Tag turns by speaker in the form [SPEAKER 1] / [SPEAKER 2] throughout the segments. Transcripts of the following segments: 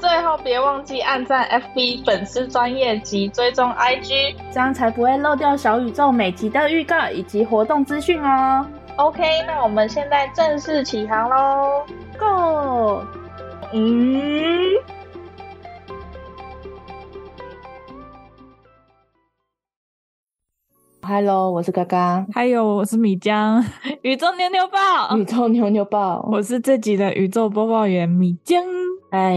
[SPEAKER 1] 最后别忘记按赞 FB 粉丝专业及追踪 IG。
[SPEAKER 2] 这样才不会漏掉小宇宙每集的预告以及活动资讯哦。
[SPEAKER 1] OK，那我们现在正式起航喽
[SPEAKER 2] ，Go！
[SPEAKER 1] 嗯，
[SPEAKER 3] Hello，我是嘎嘎。
[SPEAKER 4] 还有，我是米江，宇宙牛牛
[SPEAKER 2] 啊
[SPEAKER 4] 报，
[SPEAKER 3] 宇宙牛牛报。
[SPEAKER 4] 嗯我是这集的宇宙播报员米江。
[SPEAKER 3] 嗨，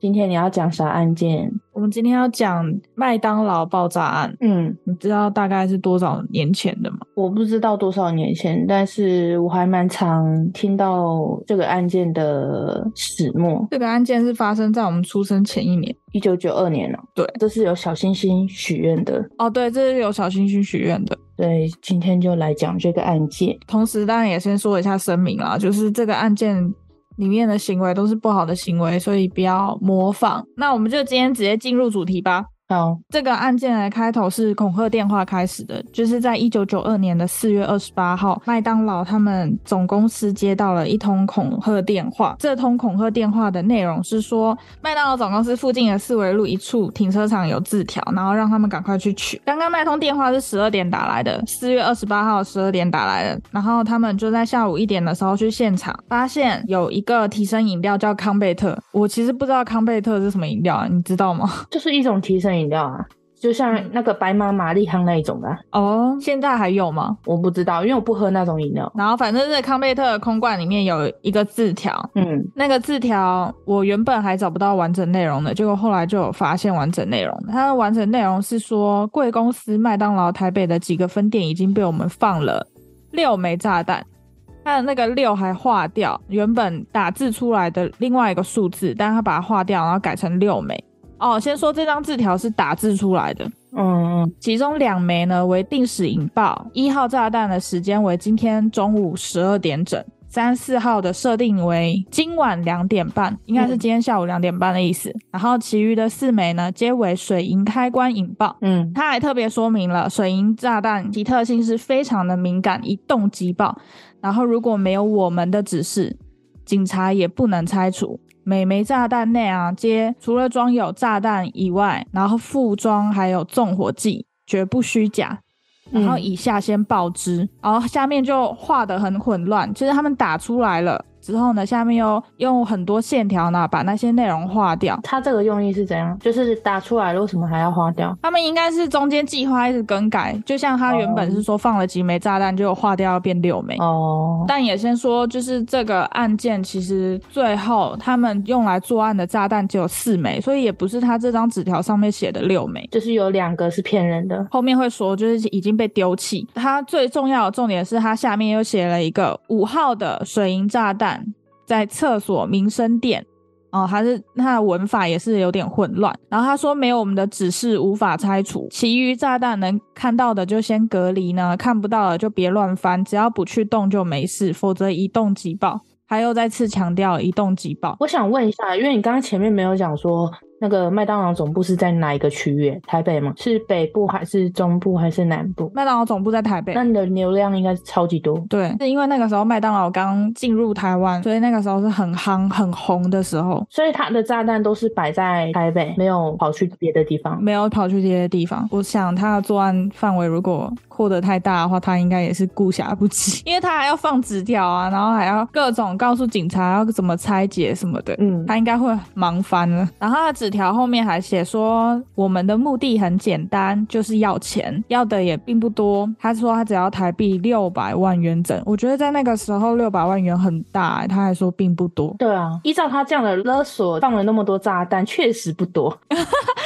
[SPEAKER 3] 今天你要讲啥案件？
[SPEAKER 4] 我们今天要讲麦当劳爆炸案，
[SPEAKER 3] 嗯，
[SPEAKER 4] 你知道大概是多少年前的吗？
[SPEAKER 3] 我不知道多少年前，但是我还蛮常听到这个案件的始末。
[SPEAKER 4] 这个案件是发生在我们出生前一年。
[SPEAKER 3] 一九九二年了、
[SPEAKER 4] 对
[SPEAKER 3] 这是由小星星许愿的。
[SPEAKER 4] 哦，对，这是有小星星许愿的。
[SPEAKER 3] 对，今天就来讲这个案件。
[SPEAKER 4] 同时，当然也先说一下声明啦，就是这个案件里面的行为都是不好的行为，所以不要模仿。那我们就今天直接进入主题吧。
[SPEAKER 3] 好，
[SPEAKER 4] 这个案件的开头是恐吓电话开始的，就是在一九九二年的四月二十八号，麦当劳他们总公司接到了一通恐吓电话。这通恐吓电话的内容是说，麦当劳总公司附近的四维路一处停车场有字条，然后让他们赶快去取。刚刚那通电话是十二点打来的，四月二十八号十二点打来的，然后他们就在下午一点的时候去现场，发现有一个提升饮料叫康贝特。我其实不知道康贝特是什么饮料啊，你知道吗？
[SPEAKER 3] 就是一种提神饮料啊，就像那个白马玛丽汤那一种的啊、
[SPEAKER 4] 哦，现在还有吗？
[SPEAKER 3] 我不知道，因为我不喝那种饮料。
[SPEAKER 4] 然后反正这康贝特的空罐里面有一个字条，
[SPEAKER 3] 嗯，
[SPEAKER 4] 那个字条我原本还找不到完整内容的，结果后来就有发现完整内容。它的完整内容是说，贵公司麦当劳台北的几个分店已经被我们放了六枚炸弹。它的那个六还划掉，原本打字出来的另外一个数字，但它把它划掉，然后改成六枚。哦，先说这张字条是打字出来的，
[SPEAKER 3] 嗯嗯，
[SPEAKER 4] 其中两枚呢为定时引爆，一号炸弹的时间为今天中午十二点整，三四号的设定为今晚两点半，应该是今天下午两点半的意思。然后其余的四枚呢皆为水银开关引爆。
[SPEAKER 3] 嗯，
[SPEAKER 4] 他还特别说明了水银炸弹其特性是非常的敏感，一动即爆。然后如果没有我们的指示，警察也不能拆除。每枚炸弹内啊，皆除了装有炸弹以外，然后附装还有纵火剂，绝不虚假。然后
[SPEAKER 3] 嗯
[SPEAKER 4] 以下先报之，然后下面就画的很混乱，就是他们打出来了之后呢，下面又用很多线条呢把那些内容划掉。
[SPEAKER 3] 它这个用意是怎样？就是打出来了，为什么还要花掉？
[SPEAKER 4] 他们应该是中间计划一直更改，就像他原本是说放了几枚炸弹，就划掉要变六枚。
[SPEAKER 3] 哦，
[SPEAKER 4] 但也先说，就是这个案件其实最后他们用来作案的炸弹只有四枚，所以也不是他这张纸条上面写的六枚。
[SPEAKER 3] 就是有两个是骗人的。
[SPEAKER 4] 后面会说，就是已经被丢弃。它最重要的重点是，它下面又写了一个五号的水银炸弹在厕所民生店。哦，还是它的文法也是有点混乱。然后他说没有我们的指示无法拆除，其余炸弹能看到的就先隔离呢，看不到的就别乱翻，只要不去动就没事，否则一动即爆。他又再次强调一动即爆。
[SPEAKER 3] 我想问一下，因为你刚刚前面没有讲说那个麦当劳总部是在哪一个区域？台北吗？是北部还是中部还是南部？
[SPEAKER 4] 麦当劳总部在台北，
[SPEAKER 3] 那你的流量应该是超级多。
[SPEAKER 4] 对，是因为那个时候麦当劳刚进入台湾，所以那个时候是很夯、很红的时候，
[SPEAKER 3] 所以它的炸弹都是摆在台北，没有跑去别的地方。
[SPEAKER 4] 没有跑去这些地方。我想他的作案范围如果扩得太大的话，他应该也是顾暇不及， 因为他还要放纸条啊，然后还要各种告诉警察要怎么拆解什么的。
[SPEAKER 3] 嗯，
[SPEAKER 4] 他应该会忙翻了。然后他的纸条后面还写说，我们的目的很简单，就是要钱，要的也并不多。他说他只要台币六百万元整，我觉得在那个时候六百万元很大、欸，他还说并不多。
[SPEAKER 3] 对啊，依照他这样的勒索，放了那么多炸弹，确实不多。要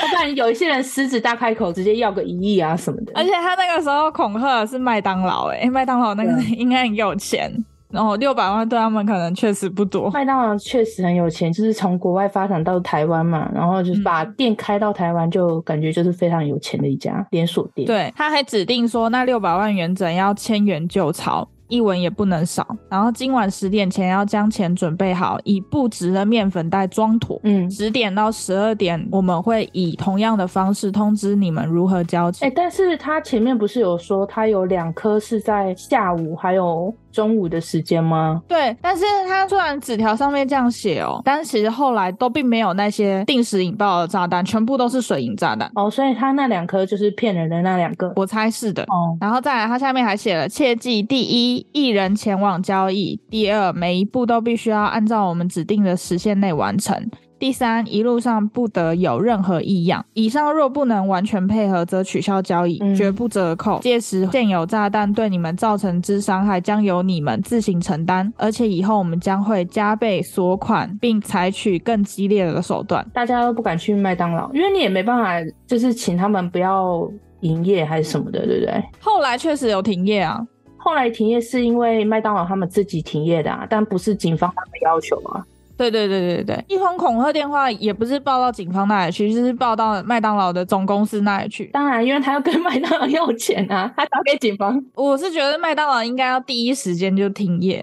[SPEAKER 3] 不然有一些人狮子大开口，直接要个一亿啊什么的。
[SPEAKER 4] 啊而且他那个时候恐吓的是麦当劳、欸，哎，麦当劳那个应该很有钱。然后六百万对他们可能确实不多。
[SPEAKER 3] 麦当劳确实很有钱，就是从国外发展到台湾嘛，然后就是把店开到台湾，就感觉就是非常有钱的一家连锁店。，
[SPEAKER 4] 对，他还指定说那六百万元整要千元就钞，一文也不能少。然后今晚十点前要将钱准备好，以不值的面粉袋装妥。
[SPEAKER 3] 嗯，
[SPEAKER 4] 十点到十二点，我们会以同样的方式通知你们如何交
[SPEAKER 3] 哎、
[SPEAKER 4] 钱。
[SPEAKER 3] 但是他前面不是有说他有两颗是在下午还有中午的时间吗？
[SPEAKER 4] 对，但是他虽然纸条上面这样写哦，但是其实后来都并没有那些定时引爆的炸弹，全部都是水银炸弹。
[SPEAKER 3] 哦，所以他那两颗就是骗人的那两个。
[SPEAKER 4] 我猜是的。
[SPEAKER 3] 哦，
[SPEAKER 4] 然后再来，它下面还写了：切记，第一，一人前往交易；第二，每一步都必须要按照我们指定的时限内完成；第三，一路上不得有任何异样。以上若不能完全配合，则取消交易，
[SPEAKER 3] 嗯
[SPEAKER 4] 绝不折扣。届时现有炸弹对你们造成之伤害，将由你们自行承担，而且以后我们将会加倍索款，并采取更激烈的手段。
[SPEAKER 3] 大家都不敢去麦当劳，因为你也没办法，就是请他们不要营业还是什么的，对不对？
[SPEAKER 4] 后来确实有停业啊，
[SPEAKER 3] 后来停业是因为麦当劳他们自己停业的、啊，但不是警方他们要求啊。
[SPEAKER 4] 对对对对对，一通恐吓电话也不是报到警方那里去，就是报到麦当劳的总公司那里去。
[SPEAKER 3] 当然，因为他要跟麦当劳要钱啊，他打给警方。
[SPEAKER 4] 我是觉得麦当劳应该要第一时间就停业，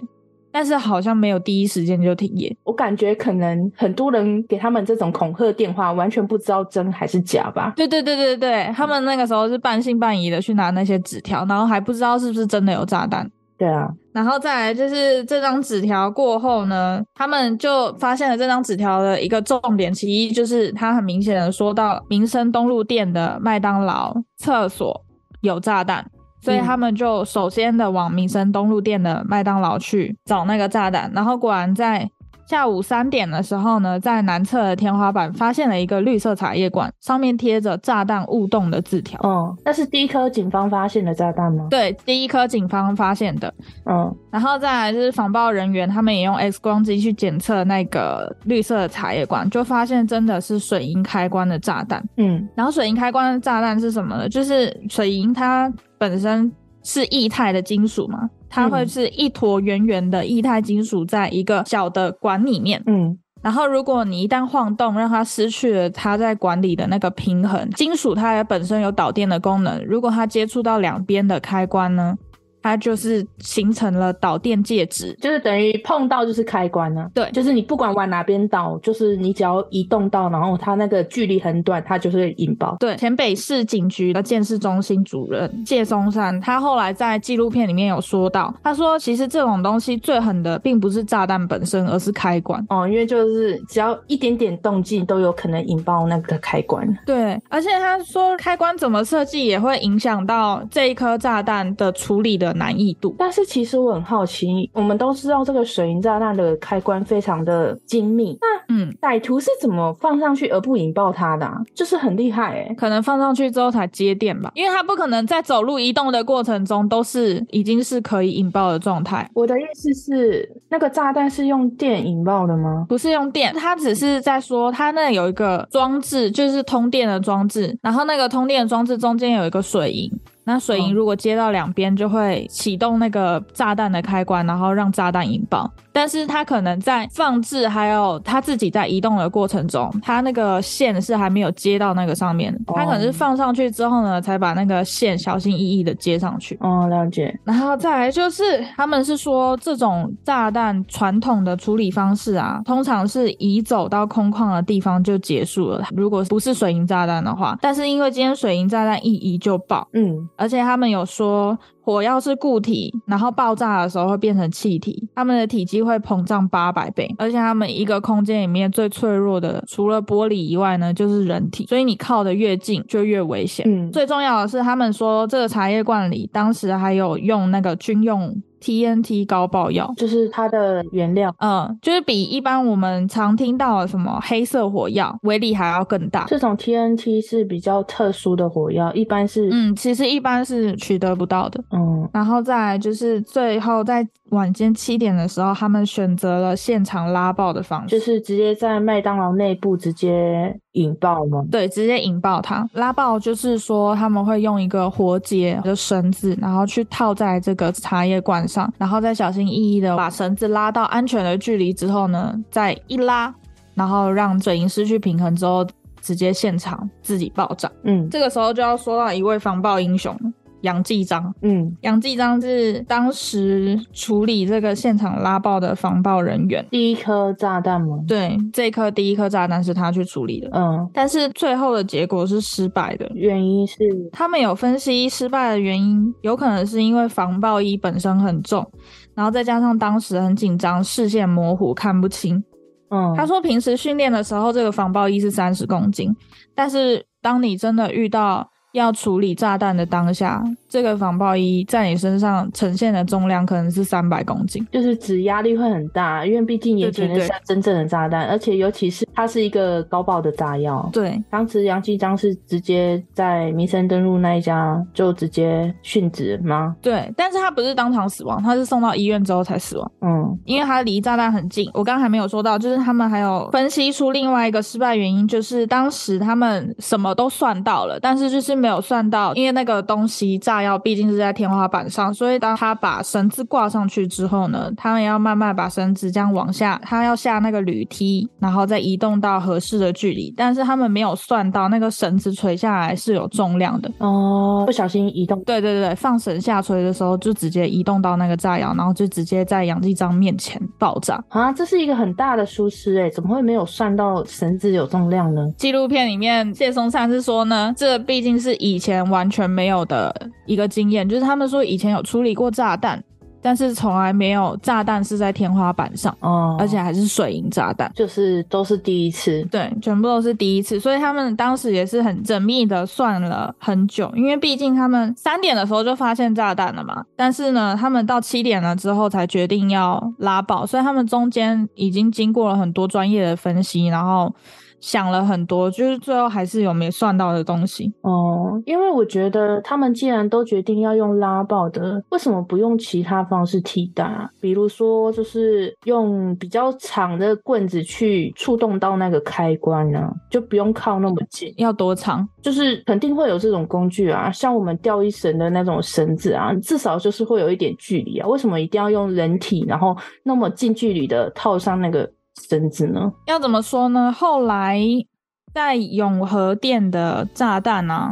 [SPEAKER 4] 但是好像没有第一时间就停业。
[SPEAKER 3] 我感觉可能很多人给他们这种恐吓电话，完全不知道真还是假吧。
[SPEAKER 4] 对对对对对，他们那个时候是半信半疑的去拿那些纸条，然后还不知道是不是真的有炸弹。
[SPEAKER 3] 对啊，
[SPEAKER 4] 然后再来就是这张纸条过后呢，他们就发现了这张纸条的一个重点，其一就是他很明显的说到民生东路店的麦当劳厕所有炸弹，所以
[SPEAKER 3] 嗯
[SPEAKER 4] 他们就首先的往民生东路店的麦当劳去找那个炸弹，然后果然在。下午三点的时候呢，在南侧的天花板发现了一个绿色茶叶罐，上面贴着“炸弹勿动”的字条。
[SPEAKER 3] 嗯，那是第一颗警方发现的炸弹吗？
[SPEAKER 4] 对，第一颗警方发现的。
[SPEAKER 3] 嗯，
[SPEAKER 4] 然后再来就是防爆人员，他们也用 X 光机去检测那个绿色的茶叶罐，就发现真的是水银开关的炸弹。
[SPEAKER 3] 嗯，
[SPEAKER 4] 然后水银开关的炸弹是什么呢？就是水银它本身是液态的金属嘛，它会
[SPEAKER 3] 嗯
[SPEAKER 4] 是一坨圆圆的液态金属在一个小的管里面，
[SPEAKER 3] 嗯，
[SPEAKER 4] 然后，如果你一旦晃动，让它失去了它在管理的那个平衡，金属它也本身有导电的功能。如果它接触到两边的开关呢，它就是形成了导电介质。
[SPEAKER 3] 就是等于碰到就是开关呢、啊。
[SPEAKER 4] 对
[SPEAKER 3] 就是你不管往哪边倒，就是你只要移动到，然后它那个距离很短，它就是会引爆。
[SPEAKER 4] 对，前北市警局的建设中心主任谢松山，他后来在纪录片里面有说到，他说其实这种东西最狠的并不是炸弹本身，而是开关。
[SPEAKER 3] 哦，因为就是只要一点点动静都有可能引爆那个开关。
[SPEAKER 4] 对，而且他说开关怎么设计也会影响到这一颗炸弹的处理的难易度。
[SPEAKER 3] 但是其实我很好奇，我们都知道这个水银炸弹的开关非常的精密，那
[SPEAKER 4] 嗯，
[SPEAKER 3] 歹徒是怎么放上去而不引爆它的、啊？就是很厉害哎、
[SPEAKER 4] 可能放上去之后才接电吧，因为它不可能在走路移动的过程中都是已经是可以引爆的状态，
[SPEAKER 3] 我的意思是，那个炸弹是用电引爆的吗？
[SPEAKER 4] 不是用电，它只是在说它那有一个装置，就是通电的装置，然后那个通电的装置中间有一个水银，那水银
[SPEAKER 3] 嗯
[SPEAKER 4] 如果接到两边就会启动那个炸弹的开关，然后让炸弹引爆，但是它可能在放置还有它自己在移动的过程中，它那个线是还没有接到那个上面的，它可能是
[SPEAKER 3] 哦
[SPEAKER 4] 放上去之后呢，才把那个线小心翼翼的接上去。
[SPEAKER 3] 哦，了解。
[SPEAKER 4] 然后再来就是，他们是说这种炸弹传统的处理方式啊，通常是移走到空旷的地方就结束了。如果不是水银炸弹的话，但是因为今天水银炸弹一移就爆，
[SPEAKER 3] 嗯，
[SPEAKER 4] 而且他们有说火药是固体，然后爆炸的时候会变成气体，它们的体积会膨胀八百倍，而且它们一个空间里面最脆弱的，除了玻璃以外呢，就是人体，所以你靠得越近就越危险。
[SPEAKER 3] 嗯
[SPEAKER 4] 最重要的是，他们说这个茶叶罐里当时还有用那个军用 TNT 高爆药。
[SPEAKER 3] 就是它的原料，
[SPEAKER 4] 嗯，就是比一般我们常听到的什么黑色火药威力还要更大。
[SPEAKER 3] 这种 TNT 是比较特殊的火药，一般是
[SPEAKER 4] 嗯嗯，其实一般是取得不到的。
[SPEAKER 3] 嗯
[SPEAKER 4] 然后再来就是最后在晚间七点的时候，他们选择了现场拉爆的方式，
[SPEAKER 3] 就是直接在麦当劳内部直接引爆吗？
[SPEAKER 4] 对，直接引爆它。拉爆就是说他们会用一个活结的绳子，然后去套在这个茶叶罐上，然后再小心翼翼的把绳子拉到安全的距离之后呢，再一拉，然后让水银失去平衡之后，直接现场自己爆炸。
[SPEAKER 3] 嗯
[SPEAKER 4] 这个时候就要说到一位防爆英雄杨继章。
[SPEAKER 3] 嗯，
[SPEAKER 4] 杨继章是当时处理这个现场拉爆的防爆人员。
[SPEAKER 3] 第一颗炸弹吗？
[SPEAKER 4] 对，这颗第一颗炸弹是他去处理的，
[SPEAKER 3] 嗯，
[SPEAKER 4] 但是最后的结果是失败的。
[SPEAKER 3] 原因是
[SPEAKER 4] 他们有分析失败的原因，有可能是因为防爆衣本身很重，然后再加上当时很紧张，视线模糊，看不清。
[SPEAKER 3] 嗯，
[SPEAKER 4] 他说平时训练的时候，这个防爆衣是三十公斤，但是当你真的遇到要处理炸弹的当下，这个防爆衣在你身上呈现的重量可能是三百公斤。
[SPEAKER 3] 就是指压力会很大，因为毕竟眼前的
[SPEAKER 4] 对对
[SPEAKER 3] 是真正的炸弹，而且尤其是它是一个高爆的炸药。
[SPEAKER 4] 对，
[SPEAKER 3] 当时杨继章是直接在民生登陆那一家就直接殉职吗？
[SPEAKER 4] 对，但是他不是当场死亡，他是送到医院之后才死亡，
[SPEAKER 3] 嗯
[SPEAKER 4] 因为他离炸弹很近。我刚刚还没有说到，就是他们还有分析出另外一个失败原因，就是当时他们什么都算到了，但是就是没有算到，因为那个东西炸药毕竟是在天花板上，所以当他把绳子挂上去之后呢，他们要慢慢把绳子这样往下，他要下那个铝梯，然后再移动到合适的距离，但是他们没有算到那个绳子垂下来是有重量的，
[SPEAKER 3] 哦，不小心移动，
[SPEAKER 4] 对对对，放绳下垂的时候就直接移动到那个炸药，然后就直接在杨继章面前爆炸。
[SPEAKER 3] 啊，这是一个很大的疏失哎，怎么会没有算到绳子有重量呢？
[SPEAKER 4] 纪录片里面，谢松灿是说呢，这毕竟是以前完全没有的一个经验，就是他们说以前有处理过炸弹，但是从来没有炸弹是在天花板上，
[SPEAKER 3] 哦，
[SPEAKER 4] 而且还是水银炸弹。
[SPEAKER 3] 就是都是第一次，
[SPEAKER 4] 对，全部都是第一次，所以他们当时也是很缜密的算了很久，因为毕竟他们三点的时候就发现炸弹了嘛，但是呢，他们到七点了之后才决定要拉爆，所以他们中间已经经过了很多专业的分析，然后想了很多，就是最后还是有没算到的东西。
[SPEAKER 3] 哦，因为我觉得他们既然都决定要用拉爆的，为什么不用其他方式替代啊？比如说，就是用比较长的棍子去触动到那个开关呢、就不用靠那么近。
[SPEAKER 4] 要多长？
[SPEAKER 3] 就是肯定会有这种工具啊，像我们吊衣绳的那种绳子啊，至少就是会有一点距离啊。为什么一定要用人体，然后那么近距离的套上那个绳子呢？
[SPEAKER 4] 要怎么说呢？后来在永和店的炸弹呢、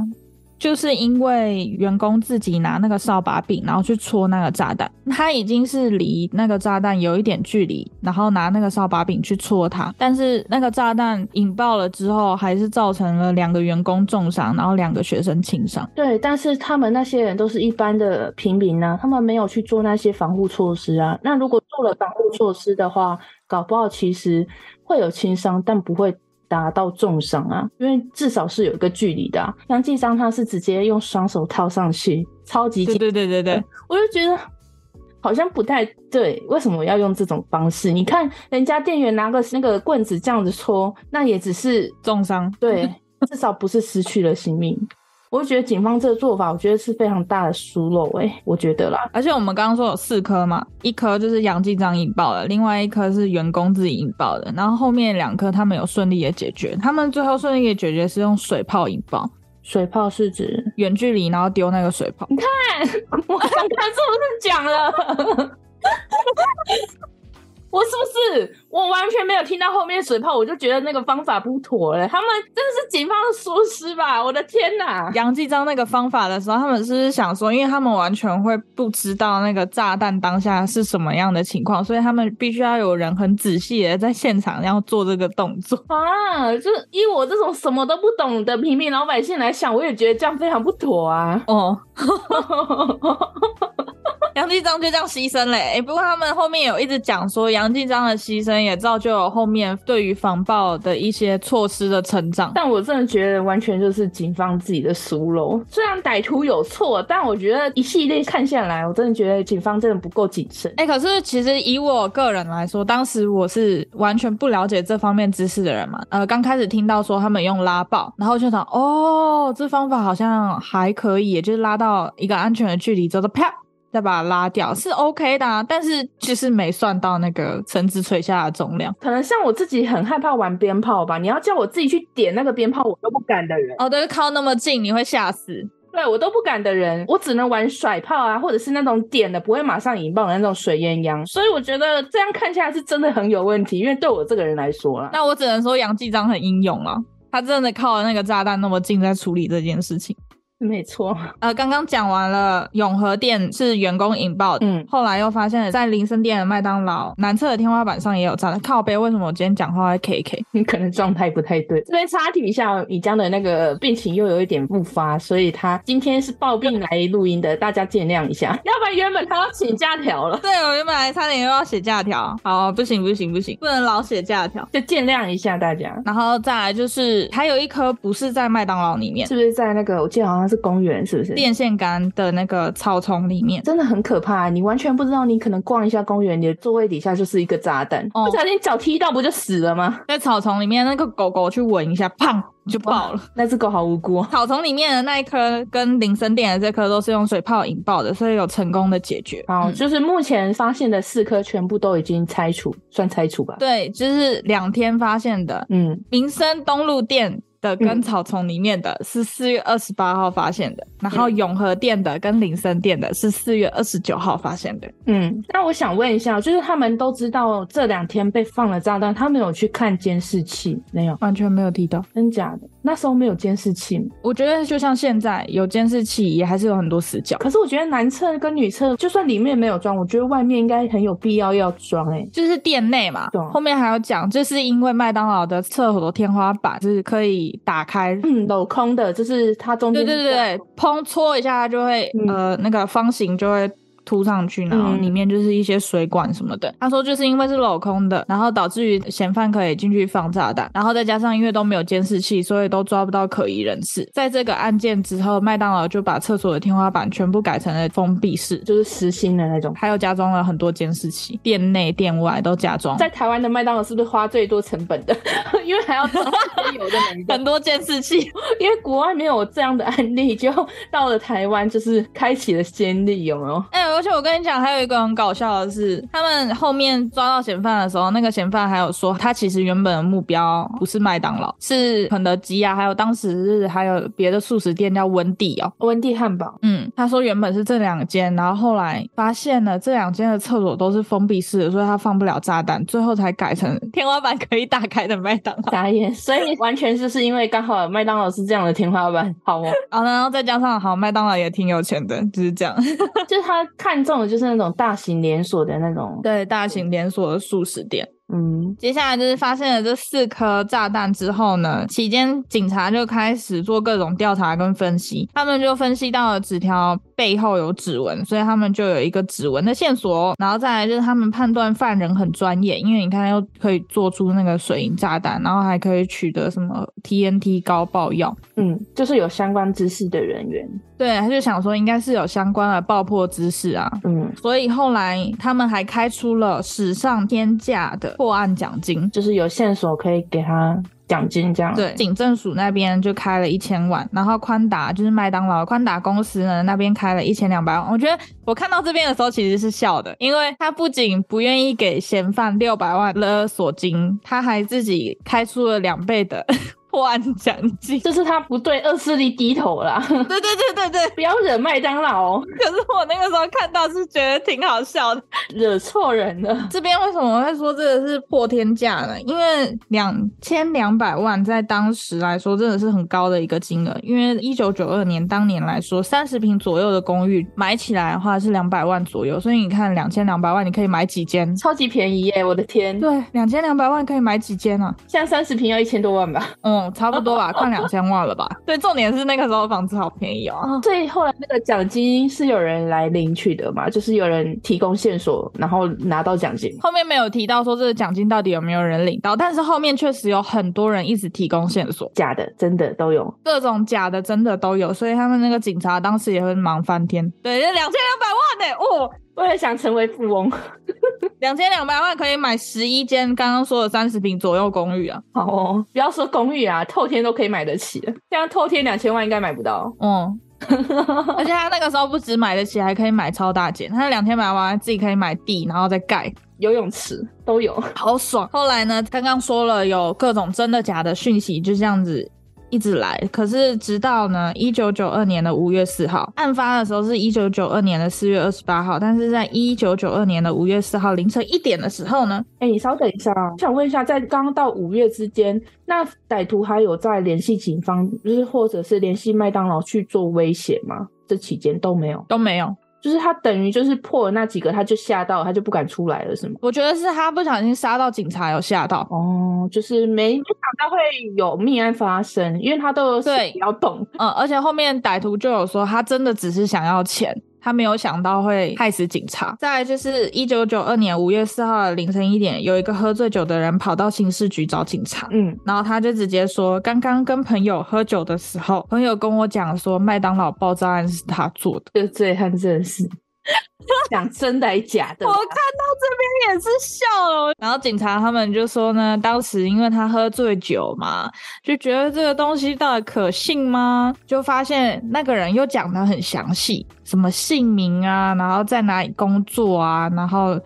[SPEAKER 4] 就是因为员工自己拿那个扫把柄，然后去戳那个炸弹，他已经是离那个炸弹有一点距离，然后拿那个扫把柄去戳它，但是那个炸弹引爆了之后，还是造成了两个员工重伤，然后两个学生轻伤。
[SPEAKER 3] 对，但是他们那些人都是一般的平民啊，他们没有去做那些防护措施啊。那如果做了防护措施的话，搞不好其实会有轻伤，但不会达到重伤啊，因为至少是有一个距离的、啊。杨继章他是直接用双手套上去，超级
[SPEAKER 4] 对
[SPEAKER 3] 紧
[SPEAKER 4] 对对对对，
[SPEAKER 3] 我就觉得好像不太对，为什么要用这种方式？你看人家店员拿个那个棍子这样子戳，那也只是
[SPEAKER 4] 重伤。
[SPEAKER 3] 对，至少不是失去了性命。我就觉得警方这个做法，我觉得是非常大的疏漏、欸，我觉得啦，
[SPEAKER 4] 而且我们刚刚说有四颗嘛，一颗就是杨继章引爆的，另外一颗是员工自己引爆的，然后后面两颗他们有顺利的解决，他们最后顺利的解决是用水炮引爆，
[SPEAKER 3] 水泡是指
[SPEAKER 4] 远距离然后丢那个水炮。
[SPEAKER 3] 我刚刚是不是讲了？ 我是不是我完全没有听到后面水泡，我就觉得那个方法不妥了？他们真的是警方的疏失吧？我的天哪！
[SPEAKER 4] 杨继章那个方法的时候，他们是不是想说，因为他们完全会不知道那个炸弹当下是什么样的情况，所以他们必须要有人很仔细的在现场要做这个动作。
[SPEAKER 3] 啊，就是以我这种什么都不懂的平民老百姓来想，我也觉得这样非常不妥啊。
[SPEAKER 4] 哦，杨继章就这样牺牲嘞、欸。不过他们后面有一直讲说，杨继章的牺牲也造就了后面对于防爆的一些措施的成长。
[SPEAKER 3] 但我真的觉得完全就是警方自己的疏漏。虽然歹徒有错，但我觉得一系列看下来，我真的觉得警方真的不够谨慎。
[SPEAKER 4] 哎、可是其实以我个人来说，当时我是完全不了解这方面知识的人嘛。呃，刚开始听到说他们用拉爆，然后就想，哦，这方法好像还可以，也就是拉到一个安全的距离之后，啪再把它拉掉是 OK 的、啊，但是就是没算到那个橙子垂下的重量。
[SPEAKER 3] 可能像我自己很害怕玩鞭炮吧，你要叫我自己去点那个鞭炮，我都不敢的人。
[SPEAKER 4] 哦，对，靠那么近你会吓死。
[SPEAKER 3] 对我都不敢的人，我只能玩甩炮啊，或者是那种点的不会马上引爆的那种水烟枪。所以我觉得这样看下来是真的很有问题，因为对我这个人来说啦，
[SPEAKER 4] 那我只能说杨继章很英勇了，他真的靠那个炸弹那么近在处理这件事情。
[SPEAKER 3] 没错，
[SPEAKER 4] 呃，刚刚讲完了永和店是员工引 爆的，
[SPEAKER 3] 嗯
[SPEAKER 4] 后来又发现了在林森店的麦当劳南侧的天花板上也有炸弹。靠背，为什么我今天讲话会 K K？
[SPEAKER 3] 你可能状态不太对。这边插题一下，米江的那个病情又有一点复发，所以他今天是抱病来录音的，大家见谅一下。 要不然原本他要请假条了，
[SPEAKER 4] 对我原本还差点又要写假条，好，不行不行不行，不能老写假条。
[SPEAKER 3] 就见谅一下大家。
[SPEAKER 4] 然后再来就是还有一颗不是在麦当劳里面，
[SPEAKER 3] 是不是在那个？我记得好像是公园，是不是？
[SPEAKER 4] 电线杆的那个草丛里面。
[SPEAKER 3] 真的很可怕、啊你完全不知道，你可能逛一下公园，你的座位底下就是一个炸弹，
[SPEAKER 4] 哦
[SPEAKER 3] 不小心脚踢到不就死了吗？
[SPEAKER 4] 在草丛里面，那个狗狗去闻一下，砰就爆了。
[SPEAKER 3] 那只狗好无辜哦。
[SPEAKER 4] 草丛里面的那一颗跟林森店的这颗都是用水泡引爆的，所以有成功的解决。
[SPEAKER 3] 好，
[SPEAKER 4] 嗯
[SPEAKER 3] 就是目前发现的四颗全部都已经拆除，算拆除吧。
[SPEAKER 4] 对，就是两天发现的
[SPEAKER 3] 嗯，
[SPEAKER 4] 民生东路店的跟
[SPEAKER 3] 嗯
[SPEAKER 4] 草丛里面的是四月二十八号发现的，然后永和店的跟林森店的是四月二十九号发现的。
[SPEAKER 3] 嗯，那我想问一下，就是他们都知道这两天被放了炸弹，他们有去看监视器没有？
[SPEAKER 4] 完全没有提到，
[SPEAKER 3] 真假的？那时候没有监视器吗？
[SPEAKER 4] 我觉得就像现在有监视器，也还是有很多死角。
[SPEAKER 3] 可是我觉得男厕跟女厕，就算里面没有装，我觉得外面应该很有必要要装、欸。哎，
[SPEAKER 4] 就是店内嘛
[SPEAKER 3] 懂，
[SPEAKER 4] 后面还有讲，就是因为麦当劳的厕所天花板是可以打开，
[SPEAKER 3] 嗯，镂空的，就是它中
[SPEAKER 4] 对
[SPEAKER 3] 间
[SPEAKER 4] 对
[SPEAKER 3] 是
[SPEAKER 4] 对对，砰搓一下它就会、
[SPEAKER 3] 嗯
[SPEAKER 4] 呃那个方形就会凸上去，然后
[SPEAKER 3] 嗯
[SPEAKER 4] 里面就是一些水管什么的。他说就是因为是镂空的，然后导致于嫌犯可以进去放炸弹，然后再加上因为都没有监视器，所以都抓不到可疑人士。在这个案件之后，麦当劳就把厕所的天花板全部改成了封闭式。
[SPEAKER 3] 就是实心的那种。
[SPEAKER 4] 还有加装了很多监视器，店内店外都加装，
[SPEAKER 3] 在台湾的麦当劳是不是花最多成本的？ 因为还要装那些有的没的
[SPEAKER 4] 很，多监视器。
[SPEAKER 3] 因为国外没有这样的案例，就到了台湾就是开启了先例，有没有？
[SPEAKER 4] 哎、而且我跟你讲，还有一个很搞笑的是，他们后面抓到嫌犯的时候，那个嫌犯还有说，他其实原本的目标不是麦当劳，是肯德基啊，还有当时是还有别的素食店叫温蒂哦。
[SPEAKER 3] 温蒂汉堡，
[SPEAKER 4] 嗯，他说原本是这两间，然后后来发现了这两间的厕所都是封闭式的，所以他放不了炸弹，最后才改成天花板可以打开的麦 当劳。
[SPEAKER 3] 眨眼，所以完全就是因为刚好麦当劳是这样的天花板，好 哦，
[SPEAKER 4] 啊，然后再加上好，麦当劳也挺有钱的，就是这样。
[SPEAKER 3] 就是他看中的就是那种大型连锁的那种，
[SPEAKER 4] 对，大型连锁的素食店。
[SPEAKER 3] 嗯，
[SPEAKER 4] 接下来就是发现了这四颗炸弹之后呢，期间警察就开始做各种调查跟分析，他们就分析到了纸条背后有指纹，所以他们就有一个指纹的线索。然后再来就是他们判断犯人很专业，因为你看又可以做出那个水银炸弹，然后还可以取得什么 TNT 高爆药。
[SPEAKER 3] 嗯，就是有相关知识的人员，
[SPEAKER 4] 对，他就想说应该是有相关的爆破知识啊，
[SPEAKER 3] 嗯，
[SPEAKER 4] 所以后来他们还开出了史上天价的破案奖金，
[SPEAKER 3] 就是有线索可以给他奖金这样，，
[SPEAKER 4] 对，啊警政署那边就开了一千万，然后宽达就是麦当劳宽达公司呢那边开了一千两百万。我觉得我看到这边的时候其实是笑的，因为他不仅不愿意给嫌犯六百万勒索金，他还自己开出了两倍的 破案奖金。
[SPEAKER 3] 就是他不对恶势力低头啦，
[SPEAKER 4] 对对对对对，
[SPEAKER 3] 不要惹麦当劳、 哦，
[SPEAKER 4] 可是我那个时候看到是觉得挺好笑的。
[SPEAKER 3] 惹错人了。
[SPEAKER 4] 这边为什么会说这个是破天价呢？因为两千两百万在当时来说真的是很高的一个金额，因为一九九二年当年来说，三十平左右的公寓买起来的话是两百万左右，所以你看两千两百万你可以买几间？
[SPEAKER 3] 超级便宜耶、我的天！
[SPEAKER 4] 对，两千两百万可以买几间啊？
[SPEAKER 3] 现在三十平要一千多万吧？
[SPEAKER 4] 嗯，差不多吧，快两千万了吧？对，重点是那个时候房子好便宜哦。
[SPEAKER 3] 所以后来那个奖金是有人来领取的嘛？就是有人提供线索，然后拿到奖金。
[SPEAKER 4] 后面没有提到说这个奖金到底有没有人领到，但是后面确实有很多人一直提供线索。
[SPEAKER 3] 假的、真的都有，
[SPEAKER 4] 各种假的、真的都有，所以他们那个警察当时也会忙翻天。对，两千两百万呢、哦，
[SPEAKER 3] 我也想成为富翁。
[SPEAKER 4] 两千两百万可以买十一间刚刚说的三十平左右公寓啊。
[SPEAKER 3] 好哦，不要说公寓啊，透天都可以买得起了，这样透天两千万应该买不到。
[SPEAKER 4] 嗯，而且他那个时候不止买得起，还可以买超大件。他两天买完，自己可以买地，然后再盖，
[SPEAKER 3] 游泳池都有。
[SPEAKER 4] 好爽。后来呢，刚刚说了有各种真的假的讯息，就这样子一直来。可是直到呢，一九九二年的五月四号，案发的时候是一九九二年的四月二十八号，但是在一九九二年的五月四号凌晨一点的时候呢，
[SPEAKER 3] 哎、你稍等一下啊，我想问一下，在刚刚到五月之间，那歹徒还有在联系警方，就是或者是联系麦当劳去做威胁吗？这期间都没有，
[SPEAKER 4] 都没有。
[SPEAKER 3] 就是他等于就是破了那几个，他就吓到，他就不敢出来了，是吗？
[SPEAKER 4] 我觉得是他不小心杀到警察，有吓到。
[SPEAKER 3] 哦，就是没没想到会有命案发生，因为他都有死
[SPEAKER 4] 对
[SPEAKER 3] 不要动，
[SPEAKER 4] 嗯，而且后面歹徒就有说，他真的只是想要钱，他没有想到会害死警察。再来就是一九九二年五月四号的凌晨一点，有一个喝醉酒的人跑到刑事局找警察。
[SPEAKER 3] 嗯，
[SPEAKER 4] 然后他就直接说，刚刚跟朋友喝酒的时候，朋友跟我讲说麦当劳爆炸案是他做的。
[SPEAKER 3] 这个醉汉真的是讲真的还假的
[SPEAKER 4] 我
[SPEAKER 3] 啊？
[SPEAKER 4] 看到这边也是笑了。然后警察他们就说呢，当时因为他喝醉酒嘛，就觉得这个东西到底可信吗？就发现那个人又讲的很详细，什么姓名啊，然后在哪里工作啊，然后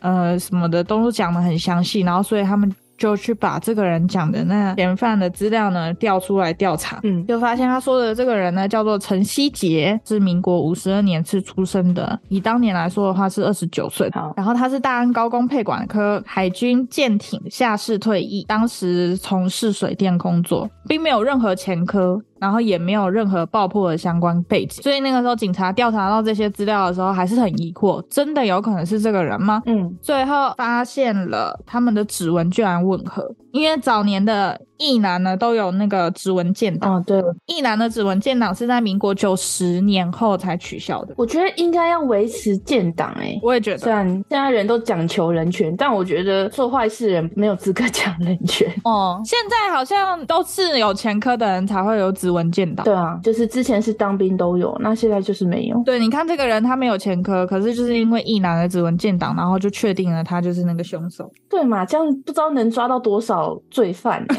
[SPEAKER 4] 呃什么的都讲的很详细，然后所以他们。就去把这个人讲的那嫌犯的资料呢调出来调查，
[SPEAKER 3] 嗯，
[SPEAKER 4] 就发现他说的这个人呢，叫做陈希杰，是民国五十二年次出生的。以当年来说的话，是二十九岁
[SPEAKER 3] 好。
[SPEAKER 4] 然后他是大安高工配管科海军舰艇下士退役，当时从事水电工作，并没有任何前科，然后也没有任何爆破的相关背景。所以那个时候警察调查到这些资料的时候，还是很疑惑，真的有可能是这个人吗？
[SPEAKER 3] 嗯，
[SPEAKER 4] 最后发现了他们的指纹居然吻合，因为早年的役男呢都有那个指纹建档，
[SPEAKER 3] 哦，对，
[SPEAKER 4] 役男的指纹建档是在民国九十年后才取消的。
[SPEAKER 3] 我觉得应该要维持建档哎、
[SPEAKER 4] 我也觉
[SPEAKER 3] 虽
[SPEAKER 4] 得，
[SPEAKER 3] 然现在人都讲求人权，但我觉得做坏事人没有资格 讲人权。
[SPEAKER 4] 哦，现在好像都是有前科的人才会有指纹建档。
[SPEAKER 3] 对啊，就是之前是当兵都有，那现在就是没有。
[SPEAKER 4] 对，你看这个人他没有前科，可是就是因为役男的指纹建档，然后就确定了他就是那个凶手。
[SPEAKER 3] 对嘛，这样不知道能抓到多少罪犯、欸。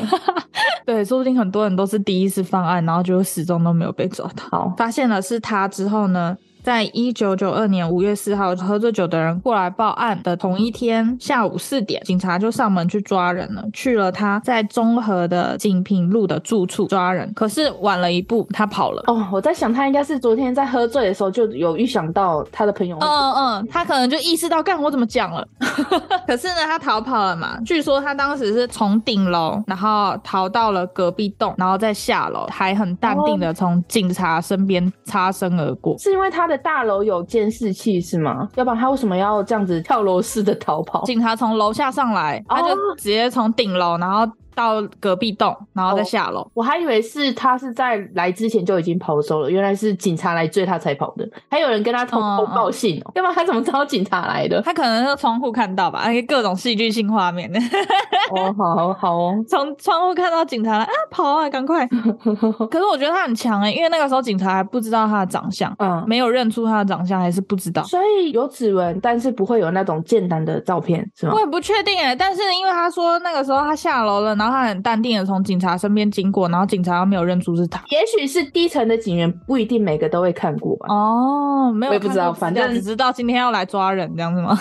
[SPEAKER 4] 对，说不定很多人都是第一次犯案，然后就始终都没有被抓到。
[SPEAKER 3] 好，
[SPEAKER 4] 发现了是他之后呢，在一九九二年五月四号，喝醉酒的人过来报案的同一天下午四点，警察就上门去抓人了，去了他在中和的锦屏路的住处抓人，可是晚了一步，他跑了。
[SPEAKER 3] 哦，我在想他应该是昨天在喝醉的时候就有预想到他的朋友。
[SPEAKER 4] 嗯嗯，他可能就意识到，干我怎么讲了？ 可是呢，他逃跑了嘛。据说他当时是从顶楼，然后逃到了隔壁栋，然后再下楼，还很淡定的从警察身边擦身而过。
[SPEAKER 3] 是因为他的大楼有监视器是吗？要不然他为什么要这样子跳楼式的逃跑？
[SPEAKER 4] 警察从楼下上来，他就直接从顶楼，然后到隔壁栋，然后再下楼。
[SPEAKER 3] 我还以为是他是在来之前就已经跑走了，原来是警察来追他才跑的。还有人跟他偷
[SPEAKER 4] 嗯
[SPEAKER 3] 偷报信哦、要不然他怎么知道警察来的？
[SPEAKER 4] 他可能是窗户看到吧，哎，各种戏剧性画面，
[SPEAKER 3] 哦，好好哦，
[SPEAKER 4] 从窗户看到警察来啊，跑啊，赶 快！可是我觉得他很强哎、因为那个时候警察还不知道他的长相，
[SPEAKER 3] 嗯，
[SPEAKER 4] 没有认出他的长相，还是不知道。
[SPEAKER 3] 所以有指纹，但是不会有那种简单的照片，是吗
[SPEAKER 4] 我？也不确定哎、但是因为他说那个时候他下楼了，然后他很淡定的从警察身边经过，然后警察又没有认出是他。
[SPEAKER 3] 也许是低层的警员，不一定每个都会看过吧。
[SPEAKER 4] 哦，没有看过资料，
[SPEAKER 3] 我也不知道反正
[SPEAKER 4] 只知道今天要来抓人这样子吗？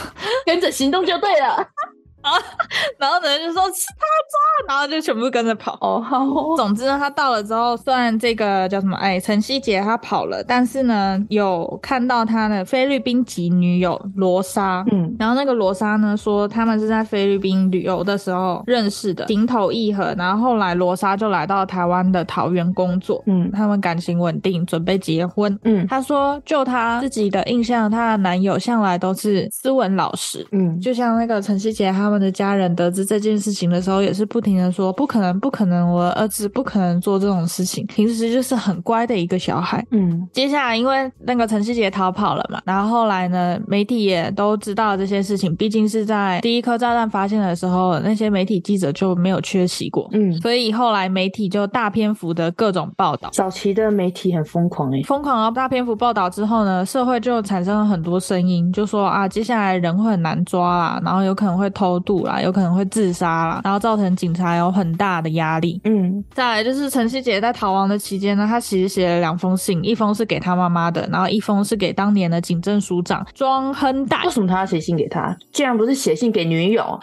[SPEAKER 3] 跟着行动就对了。
[SPEAKER 4] 然后人就说是他抓，然后就全部跟着跑。
[SPEAKER 3] 哦，好哦，
[SPEAKER 4] 总之呢，他到了之后，虽然这个叫什么，哎，陈希杰他跑了，但是呢，有看到他的菲律宾籍女友罗莎。
[SPEAKER 3] 嗯，
[SPEAKER 4] 然后那个罗莎呢说，他们是在菲律宾旅游的时候认识的，情投意合。然后后来罗莎就来到台湾的桃园工作，
[SPEAKER 3] 嗯
[SPEAKER 4] 他们感情稳定，准备结婚。
[SPEAKER 3] 嗯
[SPEAKER 4] 她说，就她自己的印象，她的男友向来都是斯文老实，
[SPEAKER 3] 嗯，
[SPEAKER 4] 就像那个陈希杰他们的家人得知这件事情的时候，也是不停的说不可能，不可能，我儿子不可能做这种事情。平时就是很乖的一个小孩。
[SPEAKER 3] 嗯
[SPEAKER 4] 接下来，因为那个陈希杰逃跑了嘛，然后后来呢，媒体也都知道这些事情，毕竟是在第一颗炸弹发现的时候，那些媒体记者就没有缺席过，
[SPEAKER 3] 嗯，
[SPEAKER 4] 所以后来媒体就大篇幅的各种报道。
[SPEAKER 3] 早期的媒体很疯狂诶、欸
[SPEAKER 4] 疯狂的大篇幅报道之后呢，社会就产生了很多声音，就说啊，接下来人会很难抓啦，然后有可能会偷度啦，有可能会自杀啦，然后造成警察有很大的压力。
[SPEAKER 3] 嗯
[SPEAKER 4] 再来就是晨曦姐在逃亡的期间呢，她其实写了两封信，一封是给她妈妈的，然后一封是给当年的警政署长庄亨代
[SPEAKER 3] 为。什么他要写信给他？竟然不是写信给女友？